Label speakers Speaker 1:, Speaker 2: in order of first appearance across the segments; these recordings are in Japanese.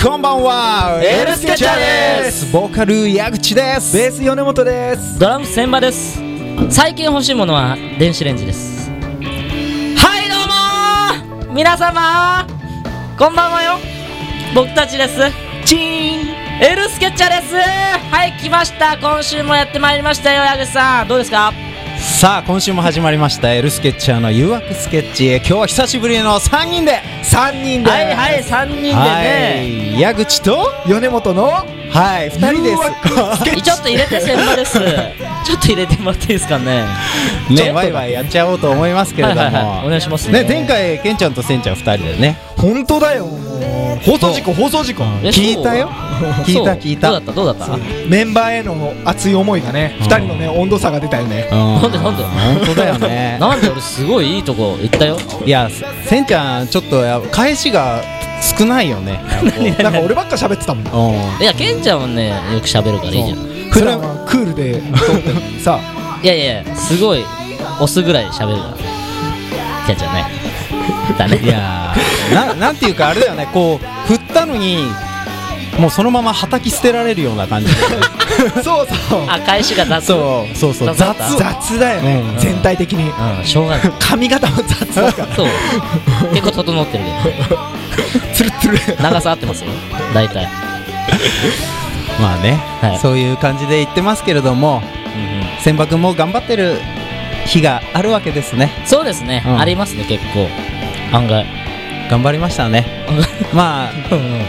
Speaker 1: こんばんは
Speaker 2: エルスケチャです
Speaker 1: ボーカル矢口です
Speaker 3: ベース米本です
Speaker 4: ドラム千葉です最近欲しいものは電子レンジですはいどうもー皆様こんばんはよ僕たちですチーンエルスケッチャーですはい来ました今週もやってまいりましたよ矢口さんどうですか
Speaker 1: さあ今週も始まりましたエルスケッチャーの誘惑スケッチ今日は久しぶりの3人で
Speaker 3: 3人で、
Speaker 4: はいはい3人でね
Speaker 1: はい矢口と
Speaker 3: 米本の
Speaker 1: はい2人です
Speaker 4: ちょっと入れて千葉ですちょっと入れてもらっていいですかね
Speaker 1: ねワイワイやっちゃおうと思いますけれども、
Speaker 4: はいはいはいお願いします
Speaker 1: ね
Speaker 4: ね
Speaker 1: 前回ケンちゃんとセンちゃん2人でね
Speaker 3: 本当だよもう放送事故放送事故
Speaker 4: えそう
Speaker 1: 聞いたよ聞いた
Speaker 4: そう
Speaker 1: 聞いた
Speaker 4: どうだったどうだった
Speaker 3: メンバーへの熱い思いがね
Speaker 1: うん
Speaker 3: 2人のね温度差が出たよね
Speaker 1: なん
Speaker 4: でなんで
Speaker 1: 本当だよね
Speaker 4: なんで俺すごいいいとこ行ったよ
Speaker 1: いやせんちゃんちょっとや返しが少ないよね
Speaker 3: なんか俺ばっか喋って たもん
Speaker 1: うん
Speaker 4: いやケンちゃんはねよく喋るからいいじゃん
Speaker 3: 普段はクールで撮ってるのにさ
Speaker 4: いやいやいやすごいオスぐらい喋るからキャッチャーね だね
Speaker 1: いやーななんていうかあれだよねこう振ったのにもうそのままはたき捨てられるような 感じ
Speaker 3: そうそう
Speaker 4: あ返しが雑
Speaker 1: そうそうそう
Speaker 4: 雑だった
Speaker 1: 雑
Speaker 3: 雑だよ
Speaker 1: うんう
Speaker 3: ね
Speaker 1: ん
Speaker 3: 全体的に
Speaker 4: うんしょうがない
Speaker 3: 髪型も雑だから
Speaker 4: そう結構整ってる
Speaker 3: ツルツル
Speaker 4: けど長さ合ってますよ大体
Speaker 1: まあね、
Speaker 4: はい
Speaker 1: そういう感じで言ってますけれども千葉君も頑張ってる日があるわけですね
Speaker 4: そうですね、
Speaker 1: うん
Speaker 4: ありますね結構案外
Speaker 1: 頑張りましたね まあ
Speaker 4: うんうん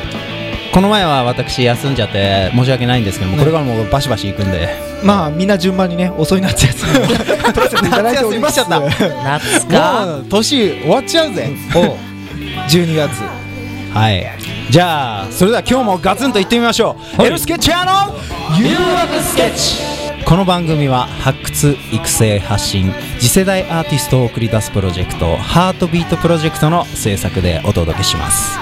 Speaker 1: この前は私休んじゃって申し訳ないんですけどもこれからもうバシバシ行くんで
Speaker 3: まあみんな順番にね遅い夏休みを撮らせていただいております
Speaker 1: 夏休み来ち
Speaker 4: 夏か
Speaker 1: もう年終わっちゃうぜ
Speaker 3: 12月
Speaker 1: はいじゃあそれでは今日もガツンと行ってみましょう、エルスケッチャーの
Speaker 4: 誘惑スケッチ
Speaker 1: この番組は発掘育成発信次世代アーティストを送り出すプロジェクト「ハートビートプロジェクト」の制作でお届けします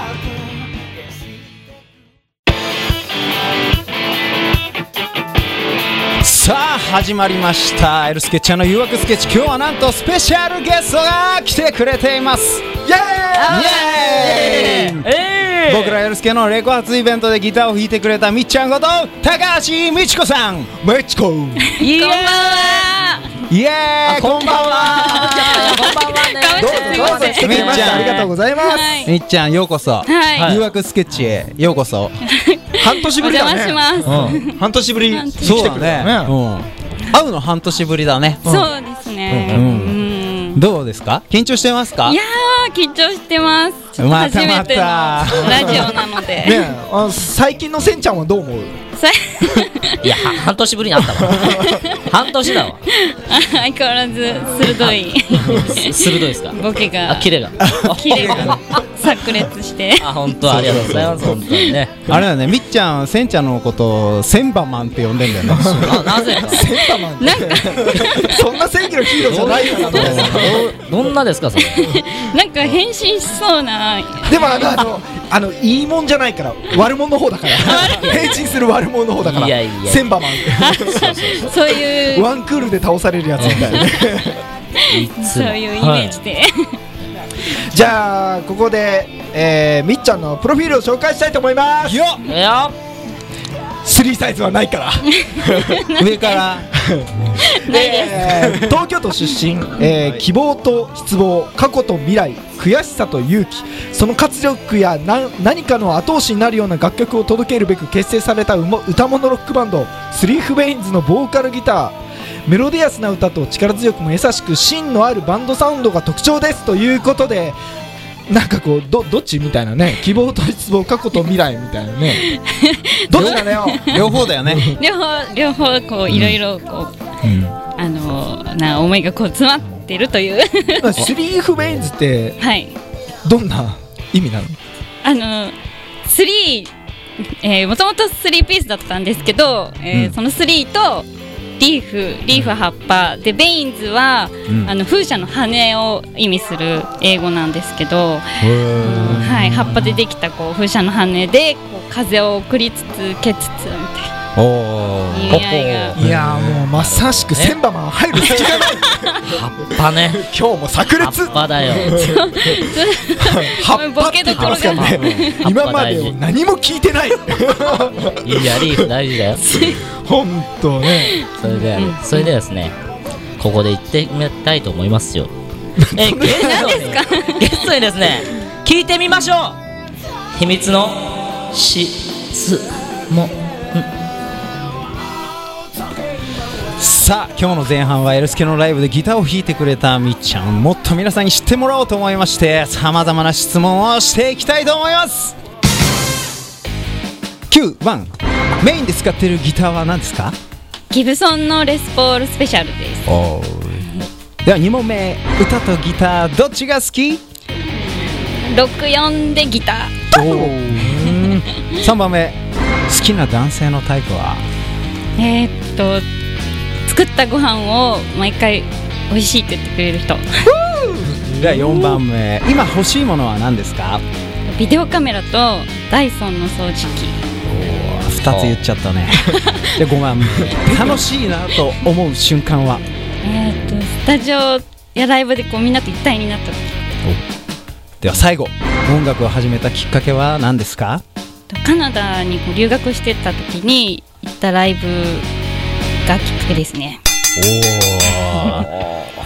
Speaker 1: さあ始まりました「エルスケッチャーの誘惑スケッチ」今日はなんとスペシャルゲストが来てくれています
Speaker 3: イエ
Speaker 1: イエー
Speaker 3: ーイ
Speaker 1: イ
Speaker 4: え
Speaker 1: 僕らエルスケのレコ発イベントでギターを弾いてくれたみっちゃんこと高橋美智子さん
Speaker 3: メチコ
Speaker 4: いやー
Speaker 1: イエーイこんばんは
Speaker 4: こんばんはね
Speaker 5: かぶ
Speaker 3: どうぞ
Speaker 5: っちゃって
Speaker 3: 来てくれま
Speaker 1: みっ
Speaker 3: し
Speaker 1: ちゃ
Speaker 3: た
Speaker 1: ん
Speaker 3: ありがとうございます
Speaker 5: はい。
Speaker 1: みっちゃんようこそ
Speaker 5: はい。
Speaker 1: 誘惑スケッチへようこ そ
Speaker 3: 半年
Speaker 5: お
Speaker 3: ぶり
Speaker 5: 邪
Speaker 3: だ
Speaker 5: 魔
Speaker 3: ね
Speaker 5: します。
Speaker 3: うん半年ぶり
Speaker 5: 半年
Speaker 3: 来てくれたよね
Speaker 1: うん会うの半年ぶりだね
Speaker 5: そうですね。
Speaker 1: う
Speaker 5: うんん
Speaker 1: どうですか緊張してますか
Speaker 5: いやー緊張してます。ちょっと
Speaker 1: また
Speaker 5: 初め
Speaker 1: ま
Speaker 5: ての
Speaker 1: た
Speaker 5: ラジオなので。
Speaker 3: ねえあの最近のせんちゃんはどう思う
Speaker 5: さ
Speaker 4: いやは半年ぶりに会ったわ半年だわ
Speaker 5: 相変わらず鋭い
Speaker 4: す鋭いですか
Speaker 5: ボケが
Speaker 4: あキレが
Speaker 5: キレが炸裂して。
Speaker 4: あ本当ありがとうございます本当にね
Speaker 1: あれだねみっちゃんせんちゃんのことを千葉マンって呼んでん だよね
Speaker 4: あなぜか
Speaker 3: せんたまん
Speaker 5: なんか
Speaker 3: そんな正義のヒーローじゃないからと思う
Speaker 4: どんなですかそれ
Speaker 5: なんか変身しそうな。
Speaker 3: でもあのあのあのいいもんじゃないから悪者の方だから変身する悪者の方だから
Speaker 4: いやいや
Speaker 3: センバマ
Speaker 5: そうい
Speaker 3: ン
Speaker 5: う
Speaker 3: ワンクールで倒されるやつみたいなね
Speaker 5: そういうイメージで。
Speaker 3: じゃあここで、えーみっちゃんのプロフィールを紹介したいと思います
Speaker 1: よ
Speaker 4: いや
Speaker 3: スリーサイズはないから
Speaker 1: っ上から
Speaker 3: えー東京都出身、えー希望と失望過去と未来悔しさと勇気その活力やな何かの後押しになるような楽曲を届けるべく結成されたうも歌物ロックバンドスリーフベインズのボーカルギターメロディアスな歌と力強くも優しく芯のあるバンドサウンドが特徴ですということでなんかこうどどっちみたいなね希望と失望過去と未来みたいなねどっちなのよ
Speaker 1: 両方だよ ね
Speaker 5: 両方両方こういろいろこうあのな思いがこう詰まってる という。
Speaker 3: スリーフベインズって
Speaker 5: はい。
Speaker 3: どんな意味なの
Speaker 5: あの3、えー、もともと3ピースだったんですけど、えー
Speaker 1: うん
Speaker 5: その3とリーフリーフ葉っぱでベインズは、
Speaker 1: うん
Speaker 5: あの風車の羽を意味する英語なんですけど、 はい、葉っぱでできたこう風車の羽でこう風を送りつつ受けつつみたいな
Speaker 1: おお
Speaker 5: 意味合いが
Speaker 3: いやーもうまさしく千葉マン入る隙がない
Speaker 4: 葉っぱね
Speaker 3: 今日も炸
Speaker 4: 葉
Speaker 3: 裂
Speaker 4: っぱだよ
Speaker 3: 葉っぱって言ってますから
Speaker 4: ボ
Speaker 3: ね
Speaker 4: ケどころが
Speaker 3: 今まで何も聞いてない
Speaker 4: いいやリーフ大事だよ
Speaker 3: 本当ね
Speaker 4: それで、
Speaker 5: うん
Speaker 4: それでですね、ここで言ってみたいと思いますよ。 え、ゲストに、ゲストにですね、聞いてみましょう。秘密のしつも。
Speaker 1: さあ今日の前半はエルスケのライブでギターを弾いてくれたみっちゃんもっと皆さんに知ってもらおうと思いましてさまざまな質問をしていきたいと思います91メインで使ってるギターは何ですか
Speaker 5: ギブソンのレスポールスペシャルです
Speaker 1: おでは2問目歌とギターどっちが好き
Speaker 5: 64でギタ
Speaker 1: 3番目好きな男性のタイプは
Speaker 5: ーえー、っと作ったご飯を毎回美味しいって言ってくれる人
Speaker 1: では4番目今欲しいものは何ですか
Speaker 5: ビデオカメラとダイソンの掃除機
Speaker 1: 2つ言っちゃった ねで5番目楽しいなと思う瞬間は
Speaker 5: えー、っとスタジオやライブでこうみんなと一体になった時
Speaker 1: では最後音楽を始めたきっかけは何ですか
Speaker 5: カナダにこう留学してた時に行ったライブがきっかけですね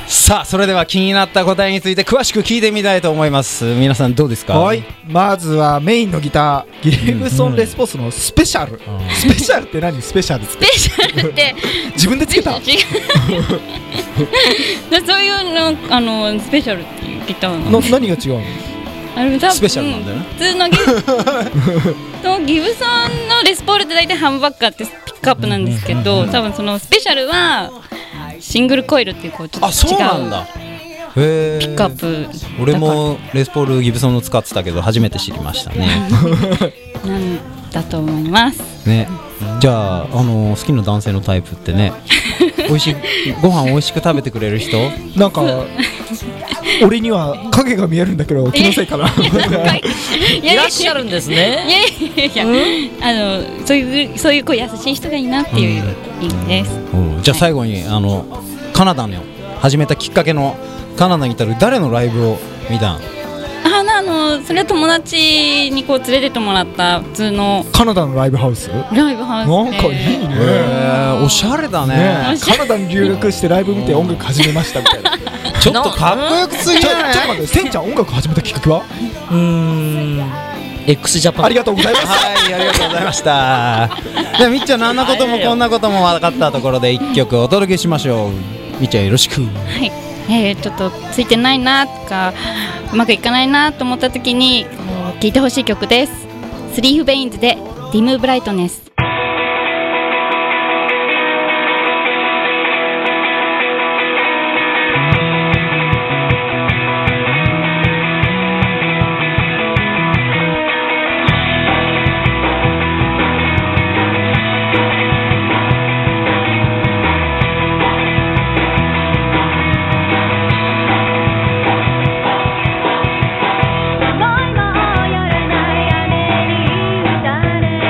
Speaker 1: さあそれでは気になった答えについて詳しく聞いてみたいと思います皆さんどうですか
Speaker 3: はいまずはメインのギターギブソンレスポースのスペシャルスペシャルって何スペシャルって
Speaker 5: スペシャルって
Speaker 3: 自分でつけた
Speaker 5: 違うだそういうのあのスペシャルっていうギターな
Speaker 3: の
Speaker 5: の
Speaker 3: 何が違うの
Speaker 5: あれ多分
Speaker 1: スペシャルなんだよね
Speaker 5: 普通のギ ブとギブソンのレスポールって大体ハンバッカーってピックアップなんですけど多分そのスペシャルはシングルコイルっていうこうちょっと違う
Speaker 1: あそうなんだへえ
Speaker 5: ピックアップ
Speaker 1: 俺もレスポールギブソンの使ってたけど初めて知りましたね
Speaker 5: なんだと思います
Speaker 1: ねじゃあ、あの好きな男性のタイプってね美 味しいご飯美味しく食べてくれる人
Speaker 3: なんか俺には影が見えるんだけど気のせいかな
Speaker 5: いや
Speaker 4: い
Speaker 5: いや
Speaker 4: らっしゃるんですね。
Speaker 5: いやいやいや、あのそういうそういうこう優しい人がいいなっていう意味です。
Speaker 1: うんじゃあ最後に、あのカナダの始めたきっかけのカナダに至る誰のライブを見たん
Speaker 5: あなあのそれは友達にこう連れてってもらった普通の
Speaker 3: カナダのライブハウスなん
Speaker 5: ライブハウスで。
Speaker 3: かいいね
Speaker 1: へーおしゃれだね
Speaker 3: ね カナダに留学してライブ見て音楽始めましたみた いなちょ
Speaker 1: ちょっとかっこよくすぎ
Speaker 3: ち
Speaker 1: じ
Speaker 3: ょ
Speaker 1: ゃ
Speaker 3: っと
Speaker 1: ない
Speaker 3: 待ってせんちゃん音楽始めたきっかけは
Speaker 4: うーん。X ジャパン。
Speaker 3: ありがとうございます
Speaker 1: はいありがとうございましたではみっちゃん何なこともこんなことも分かったところで一曲お届けしましょうみっちゃんよろしく
Speaker 5: はい。えー、ちょっとついてないなとかうまくいかないなと思った時にこう聞いてほしい曲です。スリーフベインズでディムブライトネス。
Speaker 6: 「思いもよらない雨に打たれ」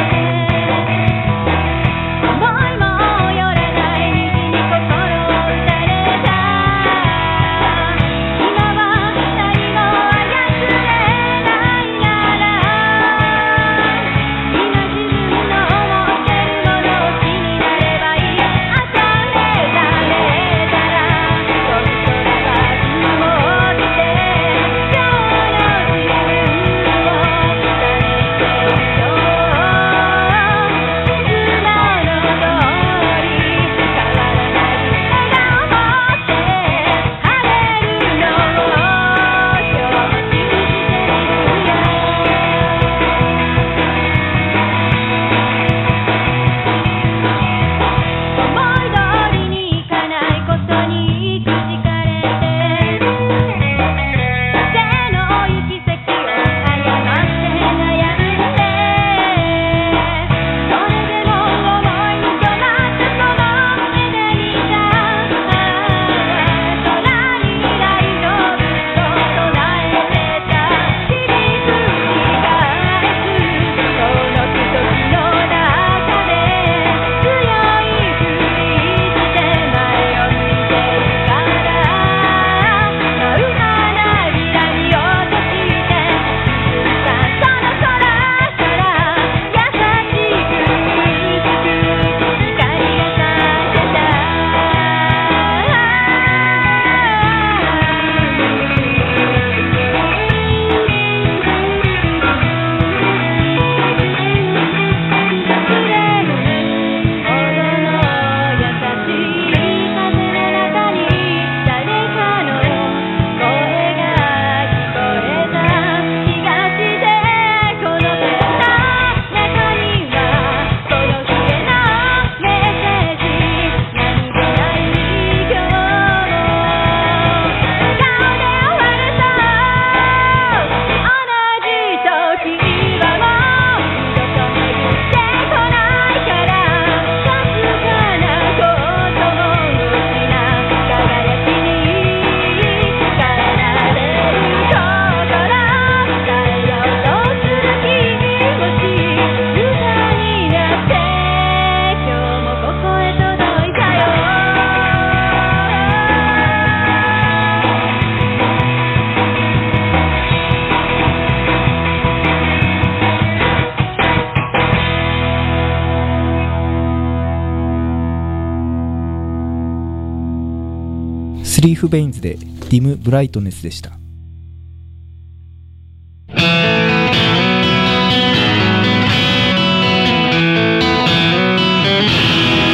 Speaker 3: スリーフベインズでディムブライトネスでした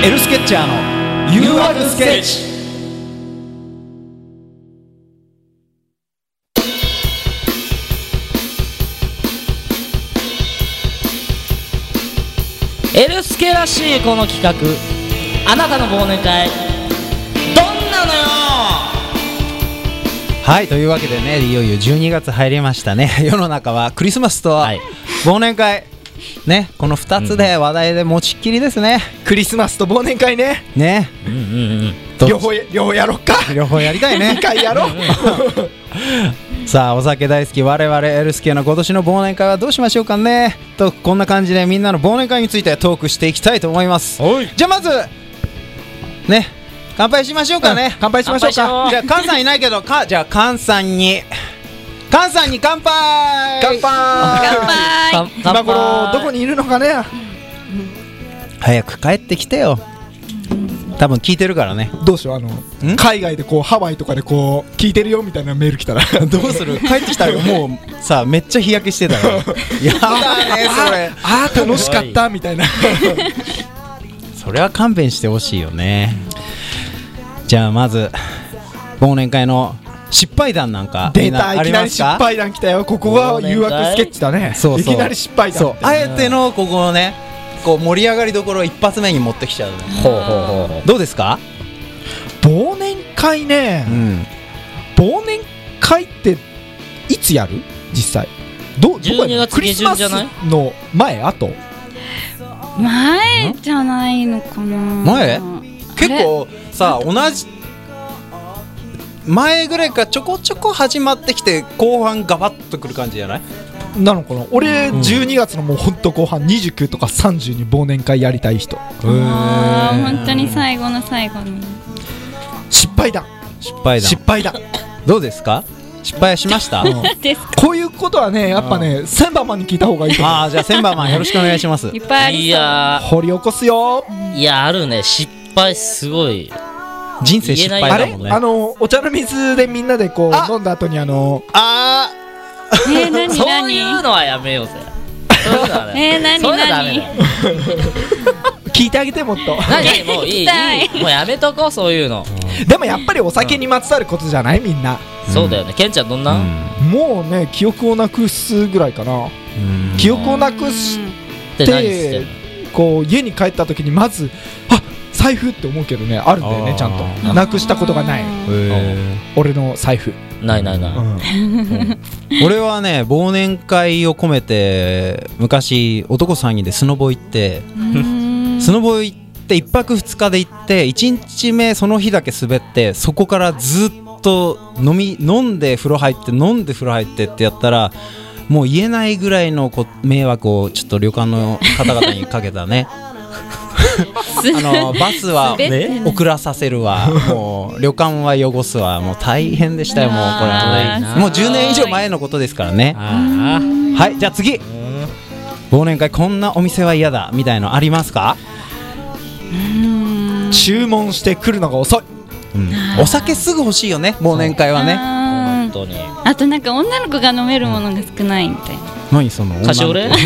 Speaker 1: エルスケッチャーの You are the sketch
Speaker 4: エルスケらしいこの企画あなたの忘年会どんなのよ
Speaker 1: はいというわけでねいよいよ12月入りましたね 世の中はクリスマスと
Speaker 4: はい
Speaker 1: 忘年会、ねこの2つで話題で持ちっきりですね、
Speaker 3: クリスマスと忘年会ね
Speaker 1: ね
Speaker 4: うんうんうん
Speaker 1: ど
Speaker 3: 両方や両方や ろっか
Speaker 1: 両方やりたい ね
Speaker 3: 2回や ろう
Speaker 1: さあお酒大好き我々エルスケの今年の忘年会はどうしましょうかねとこんな感じでみんなの忘年会についてトークしていきたいと思いますじゃあまずね乾杯しましょうかね、
Speaker 3: 乾杯しましょう
Speaker 4: 乾杯しよ
Speaker 3: か
Speaker 4: う
Speaker 1: じゃあ菅さんいないけどかじゃあ菅さんに菅さんに乾杯
Speaker 3: 乾杯
Speaker 5: 乾杯
Speaker 4: 乾
Speaker 3: 今
Speaker 4: 杯
Speaker 3: 頃どこにいるのかね
Speaker 1: 早く帰ってきてよ多分聞いてるからね
Speaker 3: どうしようあの海外でこうハワイとかでこう聞いてるよみたいなメール来たら どうする
Speaker 1: 帰ってきたらもうさめっちゃ日焼けしてた からやだねそれ
Speaker 3: ああ楽しかったみたいな
Speaker 1: それは勘弁してほしいよねじゃあまず忘年会の失敗談なんか
Speaker 3: 出
Speaker 1: みんな
Speaker 3: たい
Speaker 1: あ
Speaker 3: き
Speaker 1: り
Speaker 3: な
Speaker 1: ま
Speaker 3: り
Speaker 1: す
Speaker 3: 失
Speaker 1: か
Speaker 3: 敗談来たよここは誘惑スケッチだね
Speaker 1: そうそう
Speaker 3: いきなり失敗
Speaker 1: そ
Speaker 3: 談
Speaker 1: うあえてのここのねこう盛り上がりどころを一発目に持ってきちゃうね
Speaker 4: ほうほうほうほう
Speaker 1: どうですか
Speaker 3: 忘年会ね
Speaker 1: ん
Speaker 3: 忘年会っていつやる実際どどこやる
Speaker 4: 12月
Speaker 3: クリスマス
Speaker 4: 下旬じゃない
Speaker 3: の前あと
Speaker 5: 前じゃないのかな
Speaker 1: 前結構さ同じ前ぐらいからちょこちょこ始まってきて後半ガバッとくる感じじゃない
Speaker 3: なのかな俺
Speaker 1: うん
Speaker 3: 12月のもうほんと後半29とか30に忘年会やりたい人
Speaker 5: あー本当に最後の最後に
Speaker 3: 失敗談
Speaker 1: 失敗
Speaker 3: 失
Speaker 1: 談
Speaker 3: 敗談
Speaker 1: どうですか失敗しました
Speaker 5: です
Speaker 3: こういうことはねやっぱね千葉マンに聞いた方がいいと思う
Speaker 1: ああじゃあ千番マンよろしくお願いします
Speaker 5: いっぱいあり
Speaker 4: い
Speaker 5: そう
Speaker 4: や
Speaker 3: 掘り起こすよ
Speaker 4: ーいやあるね失敗すごい
Speaker 1: 人生失敗
Speaker 4: あ
Speaker 3: あ
Speaker 1: だ
Speaker 3: れ
Speaker 1: もんね
Speaker 3: あのお茶の水でみんなでこ
Speaker 1: あ
Speaker 3: う飲んだ後にあの
Speaker 1: あ
Speaker 5: えー、なにな
Speaker 4: そう
Speaker 5: に
Speaker 4: いうのはやめようぜそういうのはね
Speaker 5: えー 何
Speaker 4: そういうのはダメだよ
Speaker 3: 聞いてあげてもっと
Speaker 4: 何もういいい
Speaker 5: 聞きたい
Speaker 4: いもうやめとこうそういうの
Speaker 3: でもやっぱりお酒にまつわることじゃないみんな
Speaker 4: そうだよねケンちゃんどん
Speaker 1: あ
Speaker 4: な
Speaker 3: もうね記憶をなくすぐらいかな
Speaker 1: うん
Speaker 3: 記憶をなくし
Speaker 4: って何してんの
Speaker 3: こう家に帰った時にまずあ財布って思うけどねあるんだよ
Speaker 1: あ
Speaker 3: ね
Speaker 1: ー
Speaker 3: ちゃんとなくしたことがない
Speaker 1: へ
Speaker 3: 俺の財布、
Speaker 4: ないないない、
Speaker 3: うん
Speaker 1: ー俺はね忘年会を込めて昔男3人でスノボ行ってスノボ行って1泊2日で行って1日目その日だけ滑ってそこからずっと飲み飲んで風呂入って飲んで風呂入ってってやったらもう言えないぐらいのこ迷惑をちょっと旅館の方々にかけたねあのバスは
Speaker 5: 滑ってない
Speaker 1: 遅らさせる わもう旅館は汚すわもう大変でしたよもうこれ
Speaker 5: あ
Speaker 1: は
Speaker 5: ー
Speaker 1: ねもう10年以上前のことですからね
Speaker 4: あ
Speaker 1: はいじゃあ次忘年会こんなお店は嫌だみたいのありますか
Speaker 3: 注文してくるのが遅い
Speaker 1: お酒すぐ欲しいよね忘年会はね
Speaker 4: あ
Speaker 5: ね
Speaker 4: 本当に
Speaker 5: あとなんか女の子が飲めるものが少ないみたいな
Speaker 1: 何その女の子
Speaker 4: 菓子折れ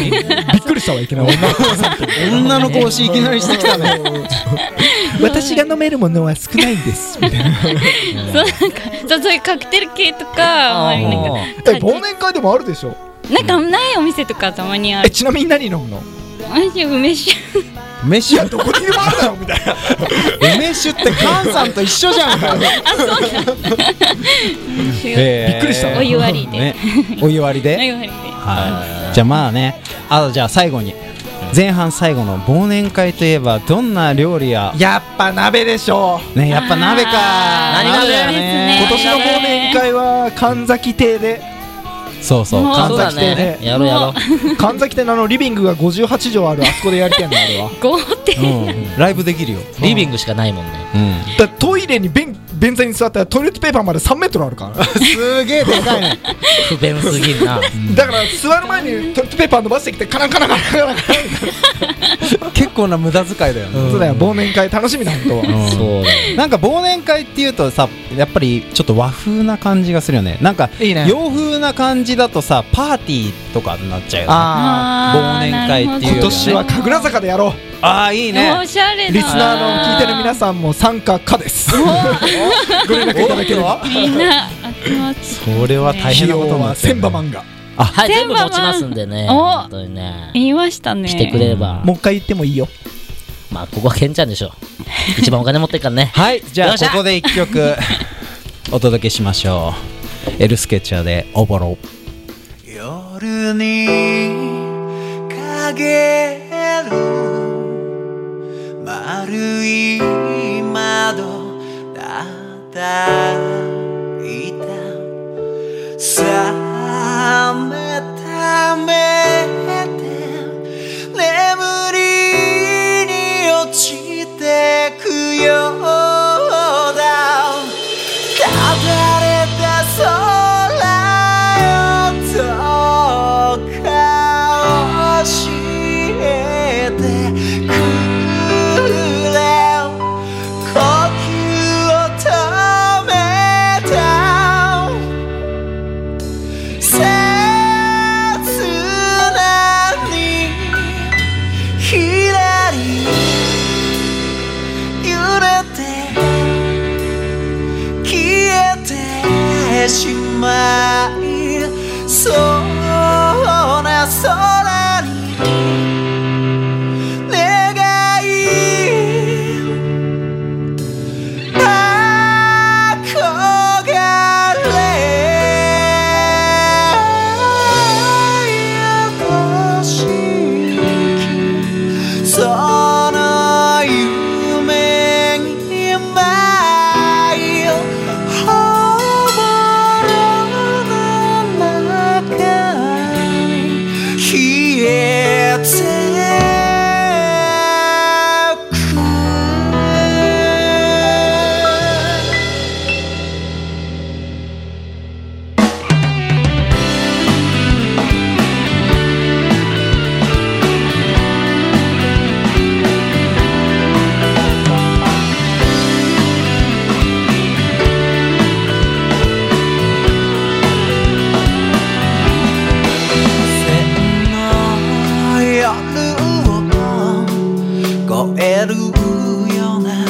Speaker 3: びっくりしたわいきなり女の子さんと
Speaker 1: 女の子推しいきなりして きたね
Speaker 3: 私が飲めるものは少ないんですみたいな
Speaker 5: そうなんかそうそういうカクテル系とか
Speaker 4: あ
Speaker 5: あんまりなんか
Speaker 4: ー
Speaker 3: え忘年会でもあるでしょ
Speaker 5: なんかないお店とかたまにあ
Speaker 3: え
Speaker 5: る
Speaker 3: ちなみに何飲むの
Speaker 5: 私梅酒
Speaker 1: 飯
Speaker 3: いやどこにでもあるだろみたいな
Speaker 1: 梅酒ってカンさんと一緒じゃん
Speaker 3: びっくりした
Speaker 5: お湯割りで
Speaker 1: ねお湯割り
Speaker 5: お
Speaker 1: で
Speaker 5: 湯割りで
Speaker 1: はいじゃあまあねあとじゃあ最後に前半最後の忘年会といえばどんな料理や
Speaker 3: やっぱ鍋でしょ
Speaker 1: ねやっぱ鍋か
Speaker 5: あ
Speaker 4: ー何鍋
Speaker 1: だ
Speaker 4: です
Speaker 5: ね
Speaker 3: 今年の忘年会は神崎亭で
Speaker 1: そうそう
Speaker 5: もう
Speaker 4: そ
Speaker 1: 神
Speaker 4: うだ
Speaker 1: 崎亭
Speaker 4: ね
Speaker 1: ね
Speaker 4: やろうやろう
Speaker 3: 神崎亭のあのリビングが58畳あるあそこでやりたいんだあれは
Speaker 5: 豪邸
Speaker 1: うん ライブできるよ
Speaker 4: リビングしかないもんね
Speaker 1: うん
Speaker 3: だからトイレに便便座に座ったらトイレットペーパーまで3メートルあるから
Speaker 1: すげえでかいね
Speaker 4: 不便すぎんな
Speaker 3: だから座る前にトイレットペーパー伸ばしてきてカランカランカランカランカラン
Speaker 1: 結構な無駄遣いだよね、
Speaker 3: そうだよ忘年会楽しみだ本当は
Speaker 1: うん
Speaker 4: そうだよ
Speaker 1: なんか忘年会っていうとさやっぱりちょっと和風な感じがするよねなんか
Speaker 3: いいね
Speaker 1: 洋風な感じだとさパーティーとかになっちゃうよね
Speaker 3: ああ
Speaker 1: 忘年会っていうより
Speaker 3: 今
Speaker 1: ね
Speaker 3: 年は神楽坂でやろ
Speaker 1: ああいいね
Speaker 5: おしゃれ
Speaker 3: う
Speaker 5: な
Speaker 3: リスナーの聞いてる皆さんも参加可 ですご連絡いただければ
Speaker 5: みんな集まって
Speaker 1: それは大
Speaker 3: 費
Speaker 1: 変なこ
Speaker 3: 用
Speaker 1: とにな
Speaker 3: は
Speaker 1: ってる
Speaker 3: 千
Speaker 1: ね
Speaker 3: 葉漫画
Speaker 4: はい
Speaker 5: 千葉
Speaker 4: 全部持ちますんでね
Speaker 5: お
Speaker 4: 本当にね
Speaker 5: 言いましたね
Speaker 4: 来てくれれば
Speaker 3: もう一回言ってもいいよ
Speaker 4: まあここはケンちゃんでしょう一番お金持ってっからね
Speaker 1: はいじゃ
Speaker 4: よ
Speaker 1: あ
Speaker 4: っしゃ
Speaker 1: ここで一 曲お届けしましょうエルスケッチャーで「おぼろ」
Speaker 2: 夜に影の丸い窓叩いた冷めた目で眠りに落ちてくようだ「飾れた空よどうか教えてくれ」「呼吸を止めた」「切なに左揺れて」消えてしまいそうな空に願い憧れ愛しきその夢に舞い頬の中に消えてくの夜を超えるような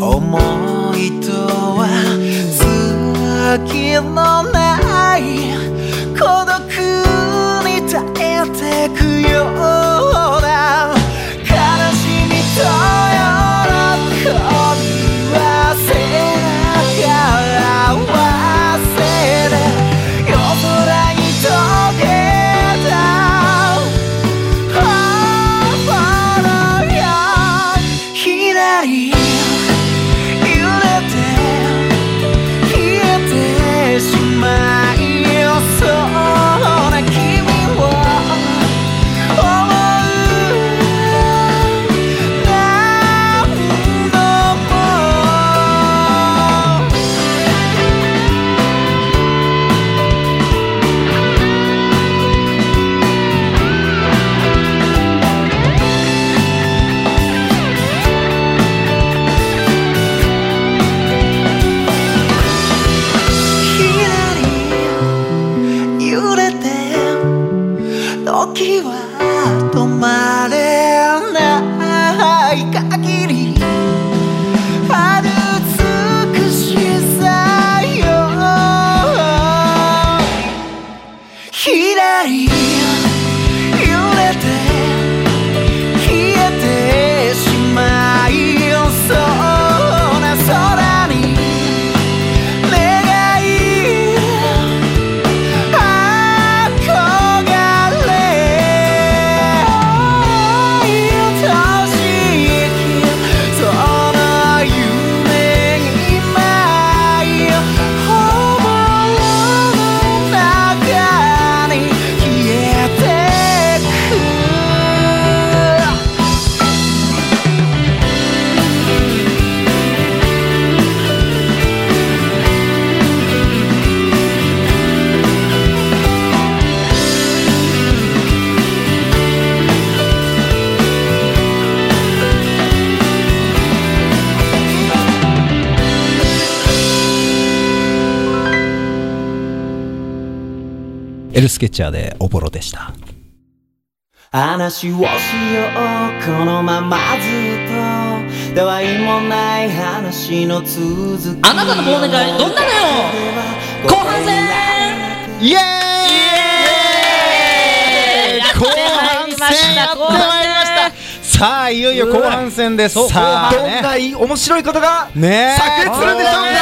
Speaker 2: 思いとは月のない孤独に耐えてくような悲しみと喜びは背中合わせて夜空に溶けた「心よ左」「揺れて消えてしまいそうな君を思う何度も」左揺れて時は止まれない限りある美しさよ左揺れて消えてしまいよそうな空に願い憧れ
Speaker 1: エルスケッチャーでおぼろでした
Speaker 2: 話をしようこのままずっとたわいもない話の続き
Speaker 4: あなたの忘年会どんなのよ後半戦
Speaker 1: イエ
Speaker 4: ーイやって
Speaker 1: 後
Speaker 4: まい
Speaker 1: 半
Speaker 4: り
Speaker 1: 戦
Speaker 4: ました
Speaker 1: やってまいりましたさあいよいよ後半戦です
Speaker 3: そう
Speaker 1: さあ
Speaker 3: どんな
Speaker 1: ね
Speaker 3: 面白いことが
Speaker 1: ね
Speaker 3: 炸裂するんでしょうね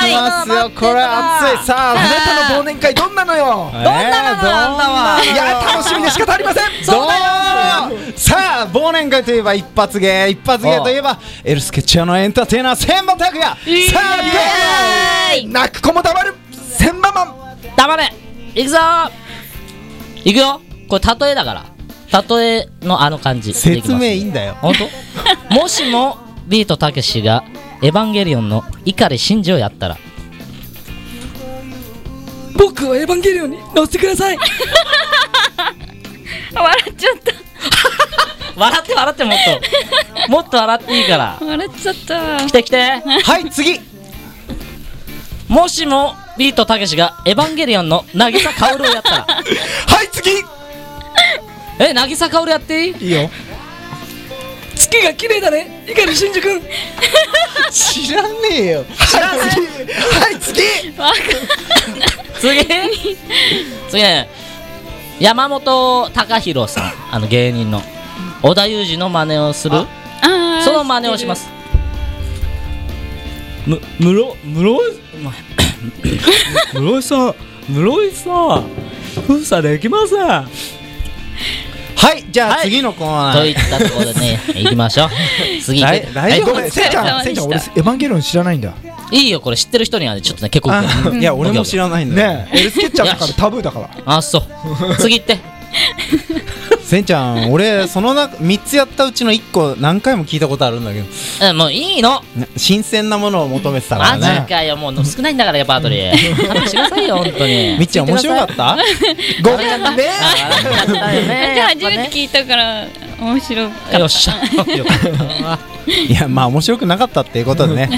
Speaker 1: きますよこれ熱いさあ
Speaker 3: あなたの忘年会どんなのよ
Speaker 1: どんなのなんだわ
Speaker 3: いや楽しみで仕方ありません
Speaker 1: どうさあ忘年会といえば一発芸一発芸といえばエルスケッチャーのエンターテイナー千葉拓也さあ行
Speaker 5: はい
Speaker 3: 泣く子も黙る千葉マン
Speaker 4: 黙れ行くぞ行くよこれ例えだから例えのあの感じ
Speaker 1: け説明
Speaker 4: で
Speaker 1: いい
Speaker 4: き
Speaker 1: んだよ
Speaker 4: ます本 当もしもビートたけしが「エヴァンゲリオン」の碇シンジをやったら僕はエヴァンゲリオンに乗せてください
Speaker 5: 笑っちゃった
Speaker 4: 笑って笑ってもっと もっと笑っていいから
Speaker 5: 笑っちゃった
Speaker 4: 来て来て
Speaker 1: はい次
Speaker 4: もしもビートたけしが「エヴァンゲリオン」の渚カオルをやったら
Speaker 3: はい次
Speaker 4: え渚カオルやっていい
Speaker 3: いいよ
Speaker 4: 月が綺麗だね碇シンジ君
Speaker 3: 知らねえよはい次はい
Speaker 5: わか
Speaker 4: 次次ね山本貴弘さんあの芸人の織田裕二の真似をする
Speaker 5: あー
Speaker 4: その真似をしますむ室室井お前室井さん室井さん封鎖できません
Speaker 1: はいじゃあ
Speaker 4: はい
Speaker 1: 次のコーナ
Speaker 4: とい
Speaker 1: ー
Speaker 4: ったところ でね行きましょう次行
Speaker 1: 来来
Speaker 3: 次
Speaker 1: 週
Speaker 3: ごめんせいちゃんせいちゃん俺エヴァンゲリオン知らないんだ
Speaker 4: いいいよこれ知ってる人にはねちょっとね結構
Speaker 1: あ
Speaker 4: あ
Speaker 1: いや俺も知らないんだよ
Speaker 3: ねえエルスケッチャーだからタブーだから
Speaker 4: あそう次行って
Speaker 1: せんちゃ ん俺その中3つやったうちの1個何回も聞いたことあるんだけど
Speaker 4: うんもういいの
Speaker 1: ね新鮮なものを求めてたから
Speaker 4: マジ
Speaker 1: ね
Speaker 4: かよ、もう少ないんだからやっぱ後で。勘弁してくださいよ、本当に。
Speaker 1: みっちゃん面白かった
Speaker 3: ごめんね
Speaker 4: あー。だよ ね
Speaker 5: 私初めて聞いたから面白い
Speaker 4: よっし ゃ。よかったわ
Speaker 1: いやまあ面白くなかったっていうことで ね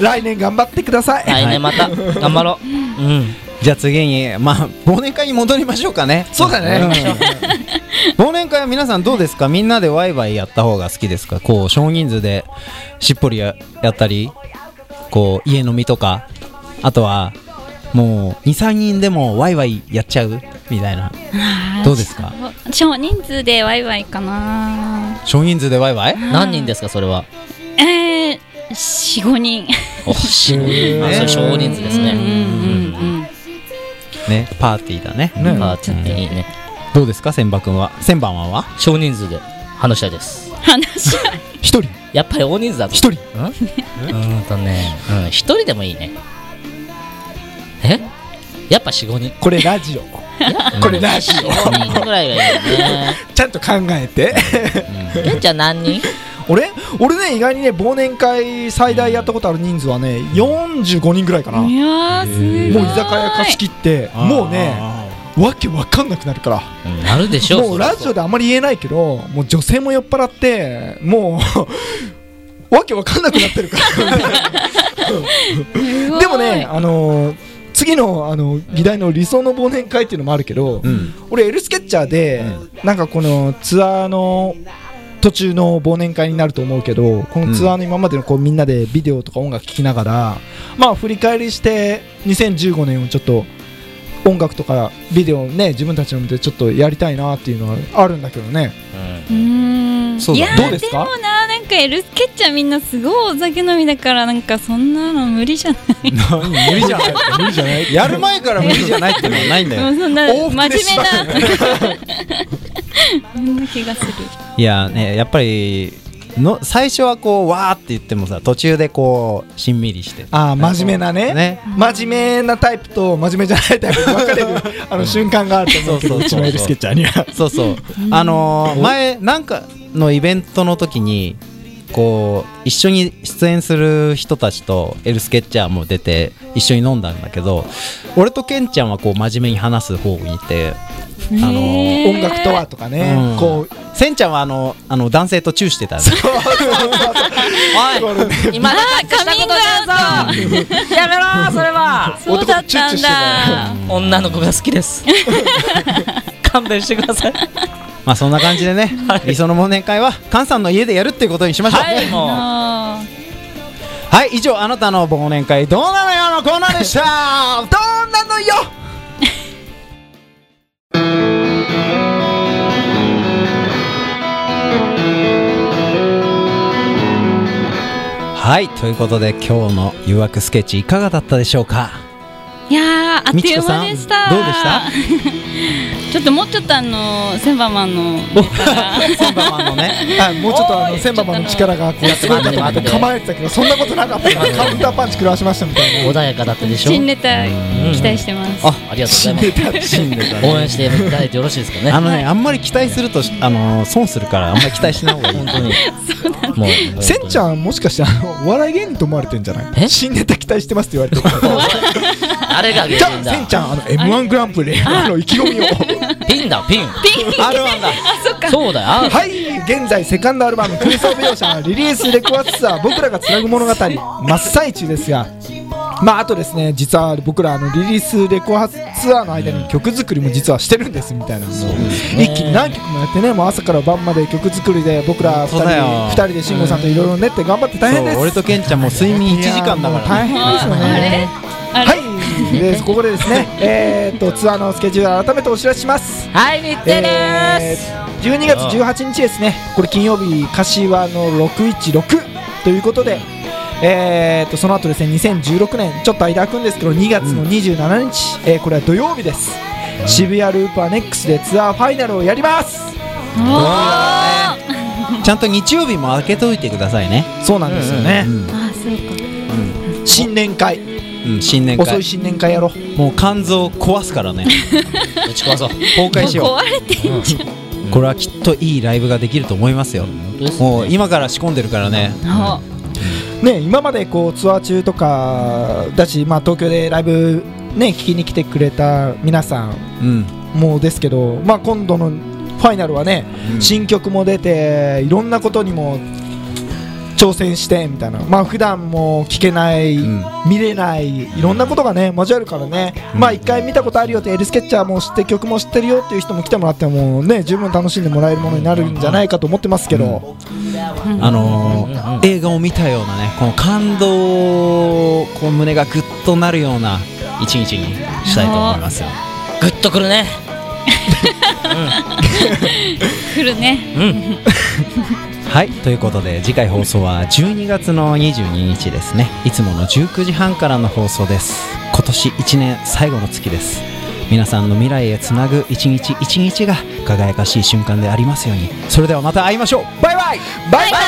Speaker 3: 来年頑張ってください
Speaker 4: 来年また頑張ろう。うん。
Speaker 1: じゃあ次にまあ忘年会に戻りましょうかね
Speaker 3: そうだね
Speaker 1: うん忘年会は皆さんどうですかみんなでワイワイやった方が好きですかこう少人数でしっぽりややったりこう家飲みとかあとはもう23人でもワイワイやっちゃうみたいなどうですか
Speaker 5: 少人数でワイワイかな
Speaker 1: 少人数でワイワイ
Speaker 4: 何人ですか、それは。
Speaker 5: えー、四五人
Speaker 4: おしあ、それ少人数ですね。
Speaker 5: うん
Speaker 4: う
Speaker 5: うん
Speaker 4: ん
Speaker 5: うん
Speaker 1: ねパーティーだね
Speaker 4: パーティーっていいね。
Speaker 1: どうですか千葉君は千葉は
Speaker 4: 少人数で話したいです。
Speaker 5: 話し合い
Speaker 3: 一人
Speaker 4: やっぱり大人数だと。
Speaker 3: 一人
Speaker 4: うーんとね、うん、一人でもいいね。えやっぱ4、5人。
Speaker 3: これラジオこれラジオ
Speaker 4: 4人ぐらいがいいよね。
Speaker 3: ちゃんと考えて
Speaker 4: うんケンちゃん何人
Speaker 3: 俺俺ね意外にね忘年会最大やったことある人数はね45人ぐらいかなもう居
Speaker 5: いやーすごい
Speaker 3: 酒屋貸し切ってもうねわけわかんなくなるから
Speaker 4: うんなるでしょ
Speaker 3: もうラジオであんまり言えないけどもう女性も酔っ払ってもう わけわかんなくなってるから
Speaker 5: すごい
Speaker 3: でもねあのー次のあの議題の理想の忘年会っていうのもあるけど、
Speaker 1: ん
Speaker 3: 俺エルスケッチャーで、なんかこのツアーの途中の忘年会になると思うけどこのツアーの今までのこうみんなでビデオとか音楽聴きながらまあ振り返りして2015年をちょっと音楽とかビデオをね自分たちの見てちょっとやりたいなっていうのはあるんだけどね
Speaker 4: うん
Speaker 5: うーん
Speaker 1: そうだ
Speaker 5: いやー
Speaker 3: どうですか
Speaker 5: でもななんかエルスケッチャーみんなすごいお酒飲みだからなんかそんなの無理じゃない
Speaker 1: 無理じゃない無理じゃないやる前から無理じゃないっていうのはないんだよ
Speaker 5: もうそんな
Speaker 3: 往
Speaker 5: 真面
Speaker 3: 復でしば
Speaker 5: 目なそんな気がする
Speaker 1: いやねやっぱりの最初はこうわーって言ってもさ途中でこうしんみりして
Speaker 3: ああ真面目なね
Speaker 1: ね
Speaker 3: 真面目なタイプと真面目じゃないタイプに分かれるあの瞬間があると思うけど
Speaker 1: そううそうそう
Speaker 3: ちのエルスケッチャーには
Speaker 1: そうそうあのー前なんかのイベントの時にこう一緒に出演する人たちとエルスケッチャーも出て一緒に飲んだんだけど俺とケンちゃんはこう真面目に話す方にいてあのー
Speaker 3: 音楽とはとかね、
Speaker 1: うん
Speaker 3: こう
Speaker 1: せんちゃんはあのあの男性とチューしてたんだよ
Speaker 4: おい今だからしたことねえぞやめろそれはだ
Speaker 5: そうだったんだ。
Speaker 4: 女の子が好きです 勘弁してください
Speaker 1: まあそんな感じでね、
Speaker 4: はい
Speaker 1: 理想の忘年会は菅さんの家でやるっていうことにしましょう
Speaker 4: はいも
Speaker 5: あ
Speaker 1: はい、以上あなたの忘年会どうなのよのコーナーでした どうなのよ はい、ということで今日の誘惑スケッチいかがだったでしょうか
Speaker 5: ーいやーあっと
Speaker 1: みち
Speaker 5: い
Speaker 1: こ
Speaker 5: う
Speaker 1: さ
Speaker 5: 間
Speaker 1: ん
Speaker 5: でした。
Speaker 1: どうでした
Speaker 5: ちょっともうちょっとあのセンバマンのネタが
Speaker 1: センバマンの ね
Speaker 3: あもうちょっとあの千葉の力がこうすごいかと思って構えてたけどそんなことなかったからカウンターパンチ食らわしましたみたいう
Speaker 4: 穏やかだったでしょ
Speaker 5: 新ネタ期待してます。
Speaker 1: あ
Speaker 4: ありがとうございます
Speaker 3: な出た
Speaker 1: 新年だ
Speaker 4: 応援していただいてよろしいですかね
Speaker 1: あのね、あんまり期待するとしあのー損するからあんまり期待しない方がい い
Speaker 4: 本当にも う
Speaker 3: せんちゃんもしかしてあのお笑い芸人と思われてんじゃな
Speaker 4: え
Speaker 3: い新ネタ期待してますって言われてる
Speaker 4: あれが原
Speaker 3: じゃ
Speaker 4: 因
Speaker 3: あ
Speaker 4: だ
Speaker 3: せんちゃんあの M1 グランプリあの意気込みを
Speaker 4: ピンだピン
Speaker 1: R1 だ
Speaker 4: そうだよあ
Speaker 3: はい現在セカンドアルバム「空想描写」のリリースレコードツアー「僕らがつなぐ物語」真っ最中ですがまああとですね実は僕らあのリリースレコードツアーの間に曲作りも実はしてるんですみたいな一気に何曲もやってねもう朝から晩まで曲作りで僕ら2
Speaker 1: 本当だよ
Speaker 3: 人二人で慎吾さんといろいろ練って頑張って大変です
Speaker 1: そう俺とケンちゃんも睡眠1時間だから、ね、
Speaker 3: いやーもう大変ですよね
Speaker 5: あれあれ、
Speaker 3: はいでここでです ねえーっとツアーのスケジュール改めてお知らせします
Speaker 4: はい日程で
Speaker 3: え
Speaker 4: す
Speaker 3: ー、12月18日ですねこれ金曜日柏の616ということで、えー、とその後ですね2016年ちょっと間空くんですけど2月の27日、えーこれは土曜日です渋谷ループアネックスでツアーファイナルをやります
Speaker 5: あー
Speaker 1: ちゃんと日曜日も開けといてくださいね、
Speaker 3: そうなんですよね、
Speaker 5: あそう
Speaker 3: 新年会
Speaker 1: うん、新年
Speaker 3: 遅
Speaker 1: 会
Speaker 3: い新年会やろう
Speaker 1: もう肝臓壊すから ね
Speaker 4: 打ち壊そう
Speaker 1: 崩壊し
Speaker 5: か
Speaker 1: よ
Speaker 5: もう壊れてんじゃん。
Speaker 1: う これはきっといいライブができると思いますよ
Speaker 4: 当ですね
Speaker 1: もう今から仕込んでるからね
Speaker 5: あ
Speaker 3: ね、今までこうツアー中とかだし、まあ、東京でライブ、ね、聞きに来てくれた皆さん
Speaker 1: うん
Speaker 3: もですけど、まあ、今度のファイナルはね、新曲も出ていろんなことにも挑戦してみたいな、まあ普段も聞けない、
Speaker 1: ん
Speaker 3: 見れないいろんなことがね交わるからね、まあ一回見たことあるよってエルスケッチャーも知って曲も知ってるよっていう人も来てもらってもね十分楽しんでもらえるものになるんじゃないかと思ってますけど。
Speaker 1: あのー映画を見たようなねこの感動をこう胸がグッとなるような一日にしたいと思いますよ
Speaker 4: グッとくるね
Speaker 5: 来るね。
Speaker 4: うん
Speaker 1: はいということで次回放送は12月の22日ですねいつもの19時半からの放送です今年1年最後の月です皆さんの未来へつなぐ一日一日が輝かしい瞬間でありますようにそれではまた会いましょうバイバイバイバイ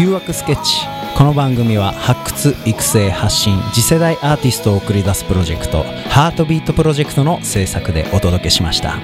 Speaker 1: 誘惑スケッチこの番組は発掘育成発信次世代アーティストを送り出すプロジェクト「ハートビートプロジェクトの制作でお届けしました